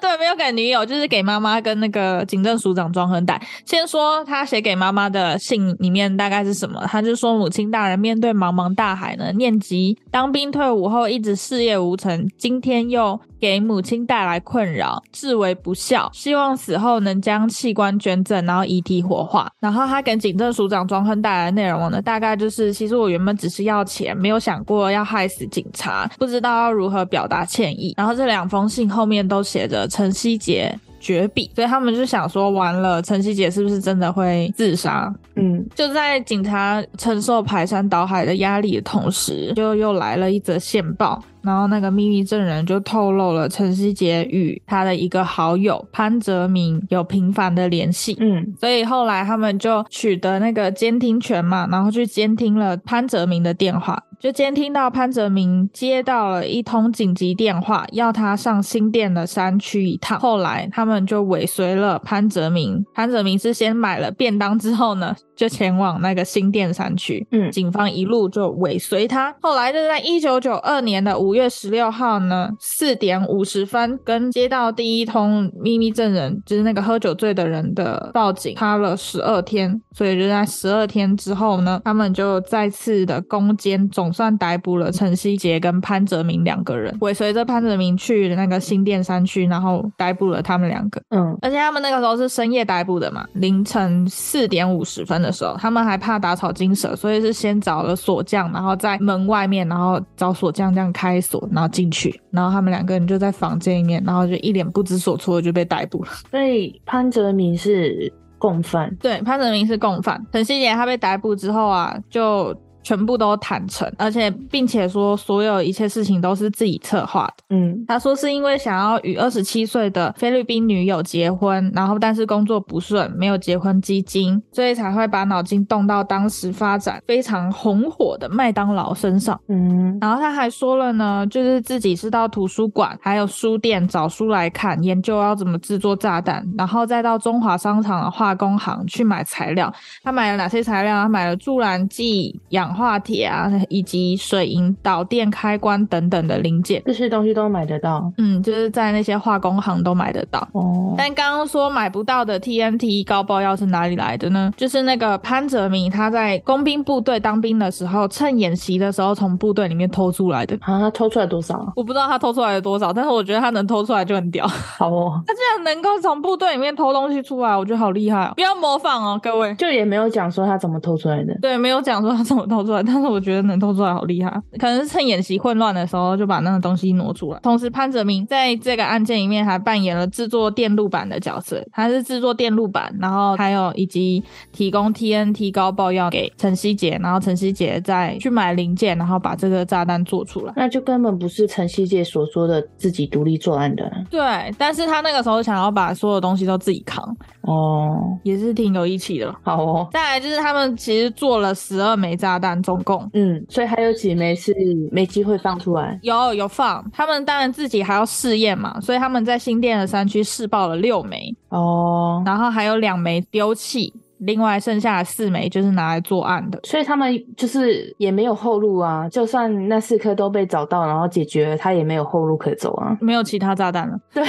[SPEAKER 4] 对，没有给女友，就是给妈妈跟那个警政署长庄亨代。先说他写给妈妈的信里面大概是什么，他就说母亲大人面对茫茫大海呢，念及当兵退伍后一直事业无成，今天又给母亲带来困扰，至为不孝，希望死后能将器官捐赠，然后遗体火化。然后他给警政署长庄亨带来的内容呢，大概就是其实我原本只是要钱，没有想过要害死警察，不知道要如何表达歉意。然后这两封信后面都写着陈希杰。绝笔，所以他们就想说，完了，陈希杰是不是真的会自杀？
[SPEAKER 3] 嗯，
[SPEAKER 4] 就在警察承受排山倒海的压力的同时，就又来了一则线报，然后那个秘密证人就透露了陈希杰与他的一个好友潘哲明有频繁的联系。
[SPEAKER 3] 嗯，
[SPEAKER 4] 所以后来他们就取得那个监听权嘛，然后去监听了潘哲明的电话，就监听到潘哲明接到了一通紧急电话，要他上新店的山区一趟。后来他们就尾随了潘哲明，潘哲明是先买了便当之后呢，就前往那个新店山区。
[SPEAKER 3] 嗯
[SPEAKER 4] 警方一路就尾随他。后来就在一九九二年的五月十六号呢，四点五十分，跟接到第一通秘密证人，就是那个喝酒醉的人的报警，差了十二天。所以就在十二天之后呢，他们就再次的攻坚，总算逮捕了陈希杰跟潘哲明两个人，尾随着潘哲明去那个新店山区，然后逮捕了他们两个。
[SPEAKER 3] 嗯，
[SPEAKER 4] 而且他们那个时候是深夜逮捕的嘛，凌晨四点五十分的时候，他们还怕打草惊蛇，所以是先找了锁匠，然后在门外面，然后找锁匠这样开锁，然后进去，然后他们两个人就在房间里面，然后就一脸不知所措就被逮捕了。
[SPEAKER 3] 所以潘哲明是共犯。
[SPEAKER 4] 对，潘哲明是共犯，陈希杰他被逮捕之后啊，就。全部都坦诚，而且并且说所有一切事情都是自己策划的。
[SPEAKER 3] 嗯
[SPEAKER 4] 他说是因为想要与二十七岁的菲律宾女友结婚，然后但是工作不顺，没有结婚基金，所以才会把脑筋动到当时发展非常红火的麦当劳身上。
[SPEAKER 3] 嗯
[SPEAKER 4] 然后他还说了呢，就是自己是到图书馆还有书店找书来看，研究要怎么制作炸弹，然后再到中华商场的化工行去买材料。他买了哪些材料啊？他买了助燃剂、氧化铁啊，以及水银、导电、开关等等的零件。
[SPEAKER 3] 这些东西都买得到。
[SPEAKER 4] 嗯，就是在那些化工行都买得到。
[SPEAKER 3] 哦，
[SPEAKER 4] 但刚刚说买不到的 TNT 高爆药是哪里来的呢？就是那个潘哲明他在工兵部队当兵的时候，趁演习的时候从部队里面偷出来的。
[SPEAKER 3] 啊，他偷出来多少啊？
[SPEAKER 4] 我不知道他偷出来了多少，但是我觉得他能偷出来就很屌。 他
[SPEAKER 3] 好哦，
[SPEAKER 4] 竟然能够从部队里面偷东西出来，我觉得好厉害、哦！不要模仿哦，各位。
[SPEAKER 3] 就也没有讲说他怎么偷出来的。
[SPEAKER 4] 对，没有讲说他怎么偷出来，但是我觉得能偷出来好厉害，可能是趁演习混乱的时候就把那个东西挪出来。同时，潘哲明在这个案件里面还扮演了制作电路板的角色，他是制作电路板，然后还有以及提供 TNT 高爆药给陈希杰，然后陈希杰再去买零件，然后把这个炸弹做出来。
[SPEAKER 3] 那就根本不是陈希界所说的自己独立作案的啦
[SPEAKER 4] 对，但是他那个时候想要把所有东西都自己扛，
[SPEAKER 3] 哦。
[SPEAKER 4] 也是挺有义气的。
[SPEAKER 3] 好哦，
[SPEAKER 4] 再来就是他们其实做了十二枚炸弹，总共
[SPEAKER 3] 嗯，所以还有几枚是没机会放出来。
[SPEAKER 4] 有有放，他们当然自己还要试验嘛，所以他们在新店的山区试爆了六枚，
[SPEAKER 3] 哦，
[SPEAKER 4] 然后还有两枚丢弃，另外剩下的四枚就是拿来作案的。
[SPEAKER 3] 所以他们就是也没有后路啊，就算那四颗都被找到，然后解决了，他也没有后路可走啊。
[SPEAKER 4] 没有其他炸弹了，
[SPEAKER 3] 对，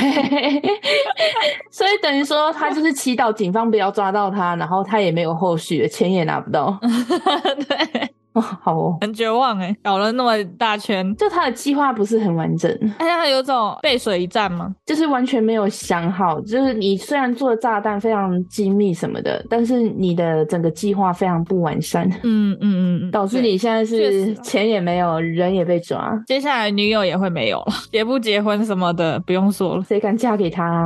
[SPEAKER 3] 所以等于说他就是祈祷警方不要抓到他，然后他也没有后续，钱也拿不到。
[SPEAKER 4] 对，
[SPEAKER 3] 哦，好哦，
[SPEAKER 4] 很绝望哎、搞了那么大圈，
[SPEAKER 3] 就他的计划不是很完整，
[SPEAKER 4] 哎，他有种背水一战吗？
[SPEAKER 3] 就是完全没有想好。就是你虽然做的炸弹非常精密什么的，但是你的整个计划非常不完善，
[SPEAKER 4] 嗯嗯嗯，
[SPEAKER 3] 导致
[SPEAKER 4] 对
[SPEAKER 3] 你现在
[SPEAKER 4] 确实
[SPEAKER 3] 是
[SPEAKER 4] 啊
[SPEAKER 3] 钱也没有，人也被抓，
[SPEAKER 4] 接下来女友也会没有了，结不结婚什么的不用说了。
[SPEAKER 3] 谁敢嫁给他啊、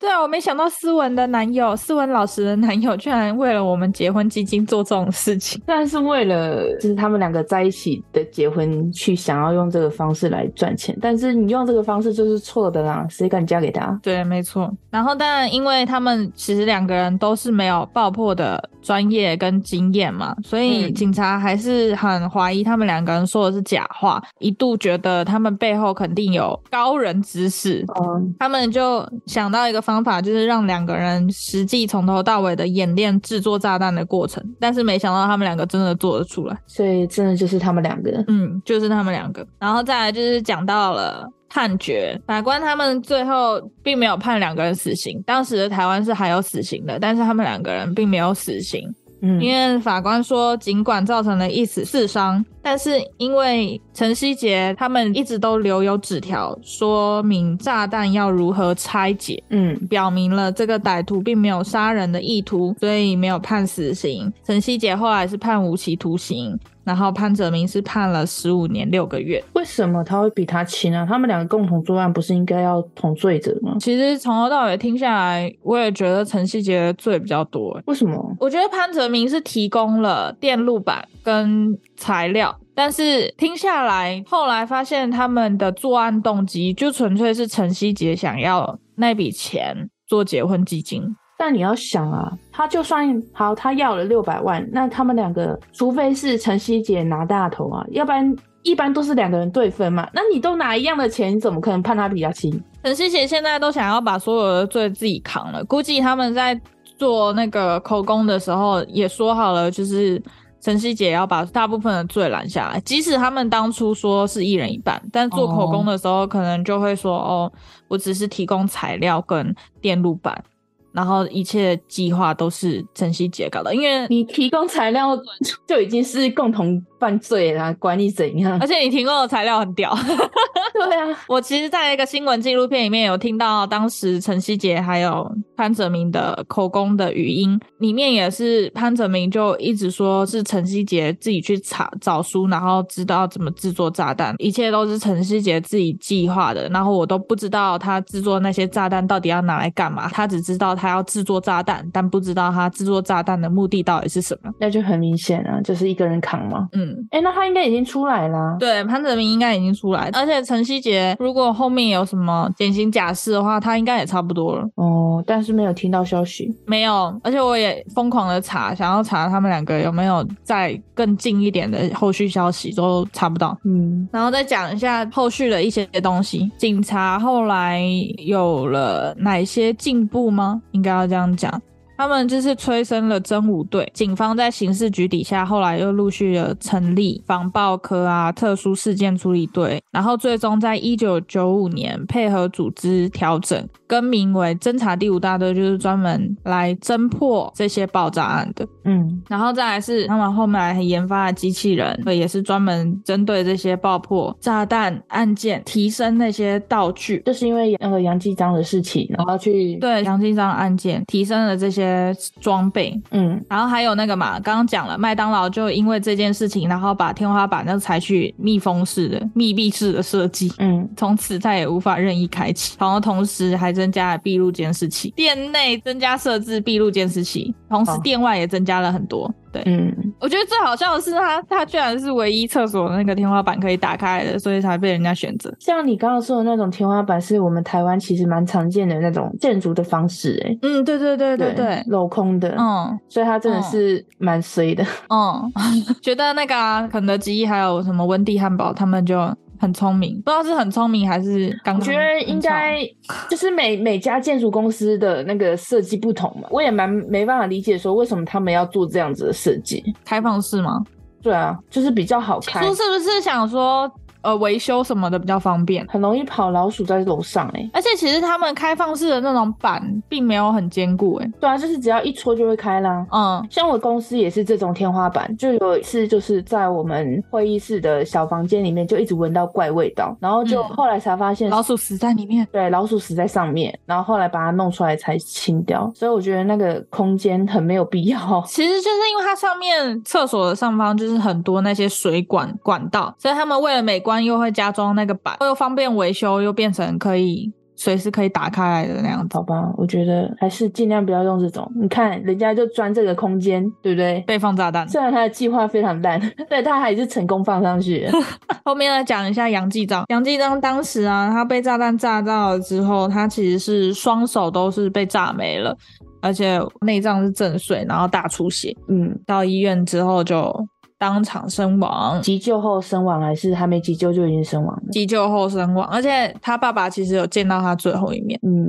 [SPEAKER 4] 对啊，我没想到思文的男友，思文老实的男友，居然为了我们结婚基金做这种事情。
[SPEAKER 3] 但是为了就是他们两个在一起的结婚，去想要用这个方式来赚钱，但是你用这个方式就是错的啦，谁敢嫁给他？
[SPEAKER 4] 对，没错。然后，但因为他们其实两个人都是没有爆破的专业跟经验嘛，所以
[SPEAKER 3] 嗯
[SPEAKER 4] 警察还是很怀疑他们两个人说的是假话，一度觉得他们背后肯定有高人指使，
[SPEAKER 3] 嗯，
[SPEAKER 4] 他们就想到一个方法，就是让两个人实际从头到尾的演练制作炸弹的过程，但是没想到他们两个真的做得出来。
[SPEAKER 3] 所以真的就是他们两个，
[SPEAKER 4] 嗯，就是他们两个，然后再来就是讲到了判决，法官他们最后并没有判两个人死刑，当时的台湾是还有死刑的，但是他们两个人并没有死刑，
[SPEAKER 3] 嗯，
[SPEAKER 4] 因为法官说，尽管造成了一死四伤，但是因为陈希杰他们一直都留有纸条，说明炸弹要如何拆解，
[SPEAKER 3] 嗯
[SPEAKER 4] 表明了这个歹徒并没有杀人的意图，所以没有判死刑。陈希杰后来是判无期徒刑，然后潘哲明是判了十五年六个月。
[SPEAKER 3] 为什么他会比他轻啊？他们两个共同作案，不是应该要同罪者吗？
[SPEAKER 4] 其实从头到尾听下来，我也觉得陈希杰的罪比较多、
[SPEAKER 3] 为什么？
[SPEAKER 4] 我觉得潘哲明是提供了电路板跟材料，但是听下来，后来发现他们的作案动机就纯粹是陈希杰想要那笔钱做结婚基金。
[SPEAKER 3] 但你要想啊，他就算好，他要了六百万，那他们两个，除非是陈希姐拿大头啊，要不然一般都是两个人对分嘛。那你都拿一样的钱，你怎么可能判他比较轻？
[SPEAKER 4] 陈希杰现在都想要把所有的罪自己扛了，估计他们在做那个口供的时候也说好了，就是。陈希杰要把大部分的罪揽下来，即使他们当初说是一人一半，但做口供的时候可能就会说：“哦，我只是提供材料跟电路板，然后一切计划都是陈希杰搞的。”因为
[SPEAKER 3] 你提供材料就已经是共同犯罪啦，管你怎样
[SPEAKER 4] 而。且你提供的材料很屌，
[SPEAKER 3] 对啊，
[SPEAKER 4] 我其实在一个新闻纪录片里面有听到，当时陈希杰还有潘哲明的口供的语音，里面也是潘哲明就一直说是陈希杰自己去查找书，然后知道怎么制作炸弹，一切都是陈希杰自己计划的。然后我都不知道他制作那些炸弹到底要拿来干嘛，他只知道他要制作炸弹，但不知道他制作炸弹的目的到底是什么。
[SPEAKER 3] 那就很明显啊，就是一个人扛嘛。
[SPEAKER 4] 嗯，
[SPEAKER 3] 哎、那他应该已经出来啦。
[SPEAKER 4] 对，潘哲明应该已经出来，而且陈希杰如果后面有什么减刑假释的话，他应该也差不多了。
[SPEAKER 3] 哦，但是没有听到消息。
[SPEAKER 4] 没有，而且我也疯狂的查，想要查他们两个有没有再更近一点的后续消息，都查不到。
[SPEAKER 3] 嗯，
[SPEAKER 4] 然后再讲一下后续的一些东西，警察后来有了哪些进步吗？应该要这样讲。他们就是催生了真武队，警方在刑事局底下，后来又陆续的成立防爆科啊、特殊事件处理队，然后最终在一九九五年配合组织调整，更名为侦查第五大队，就是专门来侦破这些爆炸案的。
[SPEAKER 3] 嗯，
[SPEAKER 4] 然后再来是他们后面还研发的机器人，对，也是专门针对这些爆破、炸弹案件提升那些道具。
[SPEAKER 3] 就是因为那个杨继章的事情，然后去，
[SPEAKER 4] 哦对，杨金章案件提升了这些装备，
[SPEAKER 3] 嗯，
[SPEAKER 4] 然后还有那个嘛，刚刚讲了，麦当劳就因为这件事情，然后把天花板那采取密封式的、密闭式的设计，
[SPEAKER 3] 嗯，
[SPEAKER 4] 从此再也无法任意开启。然后同时还增加了闭路监视器，店内增加设置闭路监视器，同时
[SPEAKER 3] 哦
[SPEAKER 4] 店外也增加了很多。对，
[SPEAKER 3] 嗯，
[SPEAKER 4] 我觉得最好笑的是他，他居然是唯一厕所那个天花板可以打开来的，所以才被人家选择。
[SPEAKER 3] 像你刚刚说的那种天花板，是我们台湾其实蛮常见的那种建筑的方式、欸，
[SPEAKER 4] 嗯，对对对对对，
[SPEAKER 3] 镂空的，，
[SPEAKER 4] 嗯
[SPEAKER 3] 所以它真的是蛮衰的，
[SPEAKER 4] 嗯， 觉得那个、啊、肯德基还有什么温蒂汉堡，他们就很聪明，不知道是很聪明还是刚刚
[SPEAKER 3] 我觉得应
[SPEAKER 4] 很
[SPEAKER 3] 该就是每每家建筑公司的那个设计不同嘛，我也蛮没办法理解说为什么他们要做这样子的设计，
[SPEAKER 4] 吵开放式吗？
[SPEAKER 3] 对啊，就是比较好
[SPEAKER 4] 起
[SPEAKER 3] 看
[SPEAKER 4] 初，是不是想说呃维修什么的比较方便？
[SPEAKER 3] 很容易跑老鼠在楼上、欸，
[SPEAKER 4] 而且其实他们开放式的那种板并没有很坚固、欸，
[SPEAKER 3] 对啊，就是只要一戳就会开啦，
[SPEAKER 4] 嗯，
[SPEAKER 3] 像我公司也是这种天花板，就有一次就是在我们会议室的小房间里面，就一直闻到怪味道，然后就
[SPEAKER 4] 嗯
[SPEAKER 3] 后来才发现、
[SPEAKER 4] 老鼠死在里面。
[SPEAKER 3] 对老鼠死在上面，然后后来把它弄出来才清掉，所以我觉得那个空间很没有必要。
[SPEAKER 4] 其实就是因为它上面厕所的上方就是很多那些水管管道，所以他们为了美观又会加装那个板，又方便维修，又变成可以随时可以打开来的那样子，
[SPEAKER 3] 好吧，我觉得还是尽量不要用这种。你看人家就钻这个空间，对不对？
[SPEAKER 4] 被放炸弹。
[SPEAKER 3] 虽然他的计划非常烂， 但他还是成功放上去了。
[SPEAKER 4] 后面来讲一下杨继章，杨继章当时啊，他被炸弹炸到了之后，他其实是双手都是被炸没了。而且内脏是震碎，然后大出血，
[SPEAKER 3] 嗯，
[SPEAKER 4] 到医院之后就当场身亡。
[SPEAKER 3] 急救后身亡还是还没急救就已经身亡了？
[SPEAKER 4] 急救后身亡，而且他爸爸其实有见到他最后一面，
[SPEAKER 3] 嗯，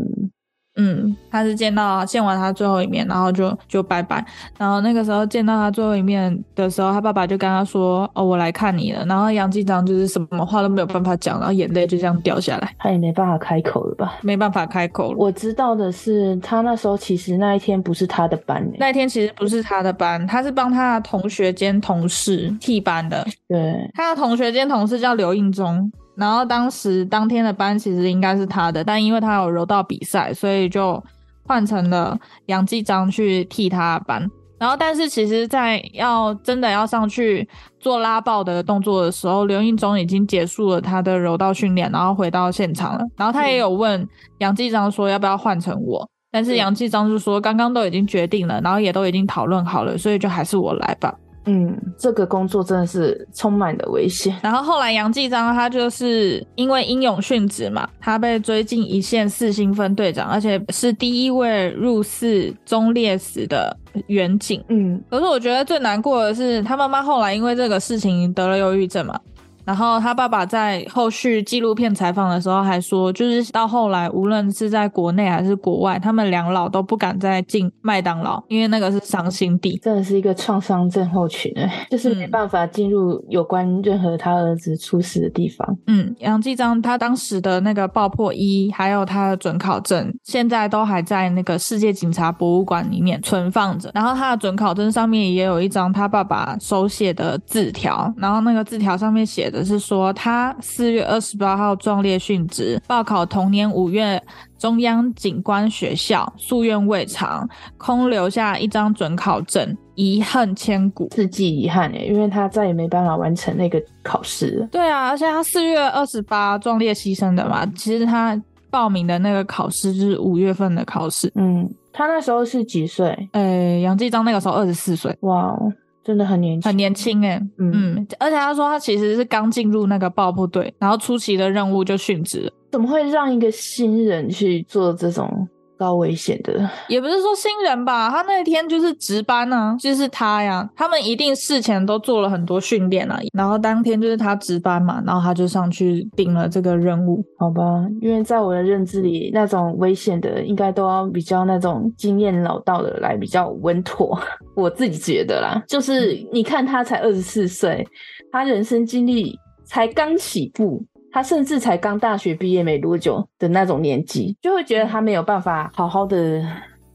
[SPEAKER 4] 嗯，他是见到见完他最后一面，然后就就拜拜。然后那个时候见到他最后一面的时候，他爸爸就跟他说：“哦，我来看你了。”然后杨继章就是什么话都没有办法讲，然后眼泪就这样掉下来，
[SPEAKER 3] 他也没办法开口了吧？
[SPEAKER 4] 没办法开口了。
[SPEAKER 3] 我知道的是，他那时候其实那一天不是他的班诶、
[SPEAKER 4] 那天其实不是他的班，他是帮他的同学兼同事替班的。
[SPEAKER 3] 对，
[SPEAKER 4] 他的同学兼同事叫刘应忠，然后当时当天的班其实应该是他的，但因为他有柔道比赛，所以就换成了杨继章去替他的班。然后，但是其实，在要真的要上去做拉爆的动作的时候，刘应忠已经结束了他的柔道训练，然后回到现场了。然后他也有问杨继章说要不要换成我，但是杨继章就说刚刚都已经决定了，然后也都已经讨论好了，所以就还是我来吧。
[SPEAKER 3] 嗯，这个工作真的是充满了危险。
[SPEAKER 4] 然后后来杨继章他就是因为英勇殉职嘛，他被追进一线四星分队长，而且是第一位入四中烈士的远警。
[SPEAKER 3] 嗯，
[SPEAKER 4] 可是我觉得最难过的是，他妈妈后来因为这个事情得了忧郁症嘛。然后他爸爸在后续纪录片采访的时候还说，就是到后来，无论是在国内还是国外，他们两老都不敢再进麦当劳，因为那个是伤心地。
[SPEAKER 3] 真的是一个创伤症候群诶、就是没
[SPEAKER 4] 嗯
[SPEAKER 3] 办法进入有关任何他儿子出事的地方。
[SPEAKER 4] 嗯，杨继章他当时的那个爆破衣，还有他的准考证，现在都还在那个世界警察博物馆里面存放着。然后他的准考证上面也有一张他爸爸手写的字条，然后那个字条上面写的是说他四月二十八号壮烈殉职，报考同年五月。中央警官学校夙愿未偿，空留下一张准考证，遗恨千古。
[SPEAKER 3] 世纪遗憾诶、欸因为他再也没办法完成那个考试了。
[SPEAKER 4] 对啊，而且他四月二十八壮烈牺牲的嘛，其实他报名的那个考试就是五月份的考试。
[SPEAKER 3] 嗯，他那时候是几岁？
[SPEAKER 4] 呃，杨继章那个时候二十四岁，
[SPEAKER 3] 哇哦，真的很年轻，
[SPEAKER 4] 很年轻哎、
[SPEAKER 3] 嗯
[SPEAKER 4] 嗯而且他说他其实是刚进入那个爆破队，然后初期的任务就殉职了，
[SPEAKER 3] 怎么会让一个新人去做这种高危险的？
[SPEAKER 4] 也不是说新人吧，他那天就是值班啊，就是他呀，他们一定事前都做了很多训练啊，然后当天就是他值班嘛，然后他就上去顶了这个任务，
[SPEAKER 3] 好吧，因为在我的认知里，那种危险的应该都要比较那种经验老道的来比较稳妥。 我自己觉得啦，就是
[SPEAKER 4] 嗯
[SPEAKER 3] 你看他才二十四岁，他人生经历才刚起步，他甚至才刚大学毕业没多久的那种年纪，就会觉得他没有办法好好的。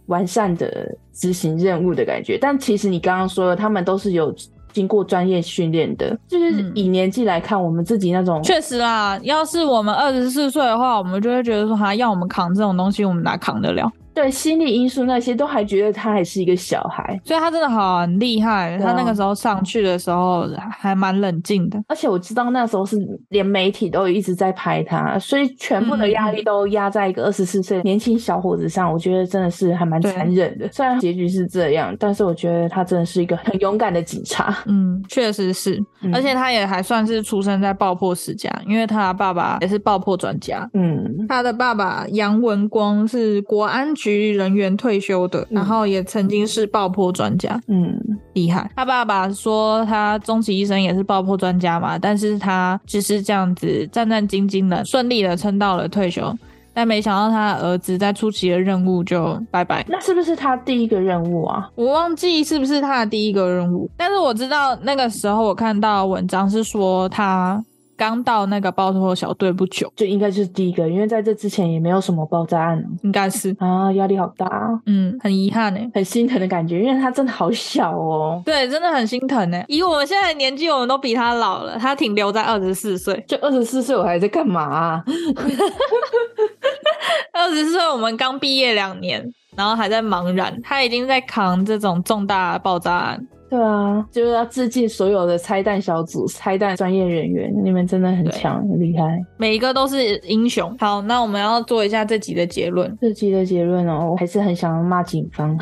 [SPEAKER 3] 完善的执行任务的感觉，但其实你刚刚说的，他们都是有经过专业训练的，就是
[SPEAKER 4] 嗯
[SPEAKER 3] 以年纪来看，我们自己那种
[SPEAKER 4] 确实啦，要是我们二十四岁的话，我们就会觉得说，哈，要我们扛这种东西，我们哪扛得了？
[SPEAKER 3] 对心理因素那些，都还觉得他还是一个小孩。
[SPEAKER 4] 所以他真的很厉害，
[SPEAKER 3] 对啊
[SPEAKER 4] 他那个时候上去的时候还蛮冷静的。
[SPEAKER 3] 而且我知道那时候是连媒体都一直在拍他，所以全部
[SPEAKER 4] 嗯
[SPEAKER 3] 的压力都压在一个二十四岁年轻小伙子上。我觉得真的是还蛮
[SPEAKER 4] 对
[SPEAKER 3] 残忍的。虽然结局是这样，但是我觉得他真的是一个很勇敢的警察。
[SPEAKER 4] 嗯，确实是，
[SPEAKER 3] 嗯
[SPEAKER 4] 而且他也还算是出生在爆破世家，因为他爸爸也是爆破专家。
[SPEAKER 3] 嗯，
[SPEAKER 4] 他的爸爸杨文光是国安局人员退休的，
[SPEAKER 3] 嗯
[SPEAKER 4] 然后也曾经是爆破专家。
[SPEAKER 3] 嗯，
[SPEAKER 4] 厉害。他爸爸说他终其一生也是爆破专家嘛，但是他就是这样子战战兢兢的，顺利的撑到了退休。但没想到他的儿子在初期的任务就拜拜，
[SPEAKER 3] 那是不是他第一个任务啊？
[SPEAKER 4] 我忘记是不是他的第一个任务，但是我知道那个时候我看到文章是说他刚到那个爆破小队不久，
[SPEAKER 3] 就应该就是第一个，因为在这之前也没有什么爆炸案
[SPEAKER 4] 应该是，
[SPEAKER 3] 啊，压力好大、啊，
[SPEAKER 4] 嗯，很遗憾呢、
[SPEAKER 3] 很心疼的感觉，因为他真的好小哦，
[SPEAKER 4] 对，真的很心疼呢、以我们现在的年纪，我们都比他老了，他停留在二十四岁。
[SPEAKER 3] 就二十四岁，我还在干嘛啊、
[SPEAKER 4] 二十岁，我们刚毕业两年，然后还在茫然，他已经在扛这种重大爆炸案。
[SPEAKER 3] 对啊，就是要致敬所有的拆弹小组、拆弹专业人员，你们真的很
[SPEAKER 4] 对
[SPEAKER 3] 强、很厉害。
[SPEAKER 4] 每一个都是英雄。好，
[SPEAKER 3] 啊
[SPEAKER 4] 那我们要做一下这集的结论。
[SPEAKER 3] 这期的结论哦，我还是很想要骂警方，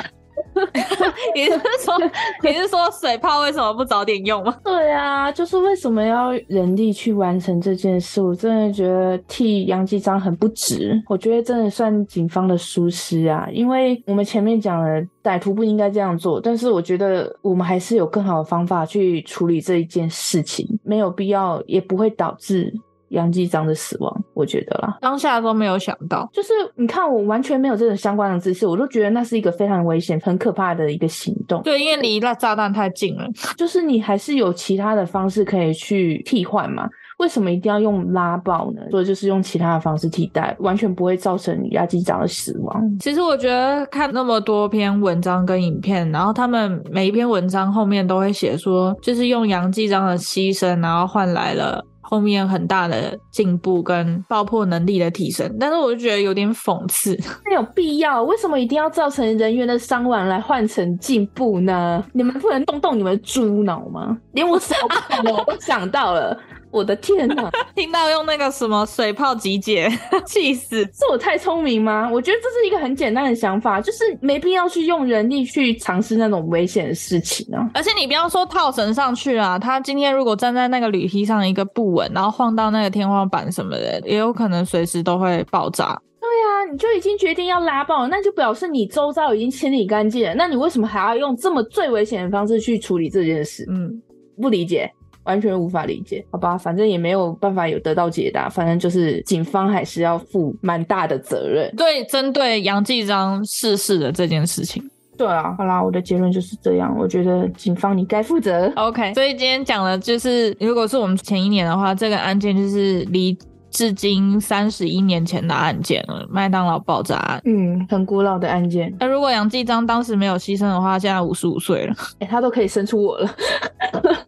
[SPEAKER 4] 你是 说你是说水泡为什么不早点用吗？
[SPEAKER 3] 对啊，就是为什么要人力去完成这件事？我真的觉得替杨继章很不值。我觉得真的算警方的疏失啊，因为我们前面讲了，歹徒不应该这样做，但是我觉得我们还是有更好的方法去处理这一件事情，没有必要，也不会导致杨继章的死亡。我觉得啦。
[SPEAKER 4] 当下都没有想到，
[SPEAKER 3] 就是你看，我完全没有这种相关的知识，我都觉得那是一个非常危险、很可怕的一个行动。
[SPEAKER 4] 对，因为离那炸弹太近了。
[SPEAKER 3] 就是你还是有其他的方式可以去替换嘛？为什么一定要用拉爆呢？所以就是用其他的方式替代，完全不会造成李亚机长的死亡。
[SPEAKER 4] 其实我觉得看那么多篇文章跟影片，然后他们每一篇文章后面都会写说，就是用杨继章的牺牲，然后换来了。后面很大的进步跟爆破能力的提升，但是我就觉得有点讽刺。
[SPEAKER 3] 没有必要，为什么一定要造成人员的伤亡来换成进步呢？你们不能动动你们的猪脑吗？连我想不到的我都想到了，我的天哪！
[SPEAKER 4] 听到用那个什么水泡集结，气死！
[SPEAKER 3] 是我太聪明吗？我觉得这是一个很简单的想法，就是没必要去用人力去尝试那种危险的事情啊。
[SPEAKER 4] 而且你不要说套绳上去啊，他今天如果站在那个铝梯上一个不稳，然后晃到那个天花板什么的，也有可能随时都会爆炸。
[SPEAKER 3] 对啊，你就已经决定要拉爆了，那就表示你周遭已经清理干净了，那你为什么还要用这么最危险的方式去处理这件事？
[SPEAKER 4] 嗯，
[SPEAKER 3] 不理解。完全无法理解，好吧，反正也没有办法有得到解答，反正就是警方还是要负蛮大的责任。
[SPEAKER 4] 对，针对杨继章逝世的这件事情。
[SPEAKER 3] 对啊，好啦，我的结论就是这样，我觉得警方你该负责。
[SPEAKER 4] OK，所以今天讲的就是，如果是我们前一年的话，这个案件就是离至今三十一年前的案件了，麦当劳爆炸案。
[SPEAKER 3] 嗯，很古老的案件，
[SPEAKER 4] 那如果杨继章当时没有牺牲的话，现在五十五岁了。
[SPEAKER 3] 哎、他都可以生出我了。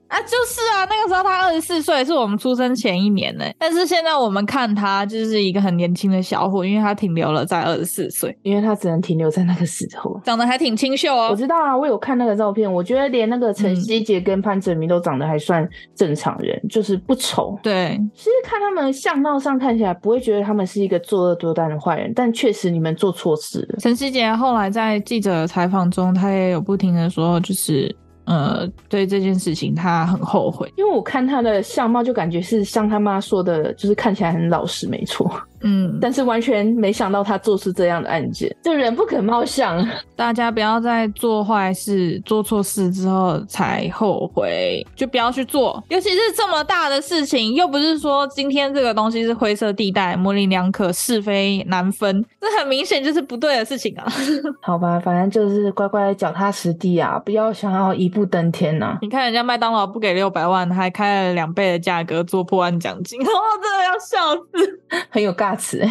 [SPEAKER 4] 啊，就是啊，那个时候他二十四岁，是我们出生前一年呢、但是现在我们看他就是一个很年轻的小伙，因为他停留了在二十四岁，
[SPEAKER 3] 因为他只能停留在那个时候。
[SPEAKER 4] 长得还挺清秀
[SPEAKER 3] 我
[SPEAKER 4] 哦。
[SPEAKER 3] 知道啊，我有看那个照片，我觉得连那个陈
[SPEAKER 4] 嗯
[SPEAKER 3] 希杰跟潘哲明都长得还算正常人，就是不丑。
[SPEAKER 4] 对，
[SPEAKER 3] 其实看他们相貌上看起来，不会觉得他们是一个作恶多端的坏人，但确实你们做错事了。
[SPEAKER 4] 陈世杰后来在记者采访中，他也有不停的说，就是呃，对这件事情他很后悔。
[SPEAKER 3] 因为我看他的相貌，就感觉是像他妈说的，就是看起来很老实，没错，
[SPEAKER 4] 嗯，
[SPEAKER 3] 但是完全没想到他做出这样的案件，这人不可貌相。啊
[SPEAKER 4] 大家不要在做坏事、做错事之后才后悔，就不要去做。尤其是这么大的事情，又不是说今天这个东西是灰色地带，模棱两可，是非难分， 这很明显就是不对的事情啊！
[SPEAKER 3] 好吧，反正就是乖乖脚踏实地啊，不要想要一步登天啊呐、
[SPEAKER 4] 你看人家麦当劳不给六百万，还开了两倍的价格做破案奖金，哦，真的要笑死！
[SPEAKER 3] 很有尬词、欸。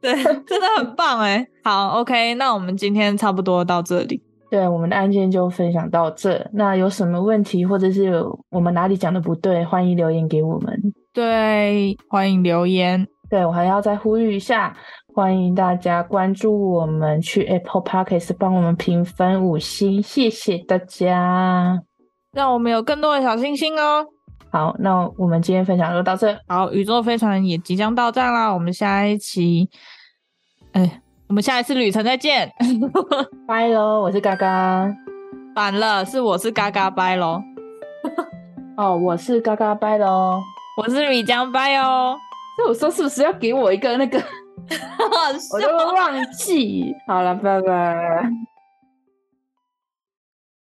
[SPEAKER 4] 对，真的很棒哎。好，OK，那我们今天差不多到这里。
[SPEAKER 3] 对，我们的案件就分享到这。那有什么问题，或者是有我们哪里讲的不对，欢迎留言给我们。
[SPEAKER 4] 对，欢迎留言。
[SPEAKER 3] 对我还要再呼吁一下，欢迎大家关注我们，去 Apple Podcast 帮我们评分五星，谢谢大家。
[SPEAKER 4] 让我们有更多的小星星哦。
[SPEAKER 3] 好，那我们今天分享就到这，
[SPEAKER 4] 好，宇宙飞船也即将到站啦，我们下一期，哎，我们下一次旅程再见。
[SPEAKER 3] 拜喽！我是嘎嘎，
[SPEAKER 4] 反了，是我是嘎嘎拜喽，
[SPEAKER 3] 哦，我是嘎嘎，拜喽。
[SPEAKER 4] 我是米江拜哦，
[SPEAKER 3] 所以我说是不是 要给我一个那个？
[SPEAKER 4] 好
[SPEAKER 3] 我就
[SPEAKER 4] 笑
[SPEAKER 3] 会忘记。好了，拜拜。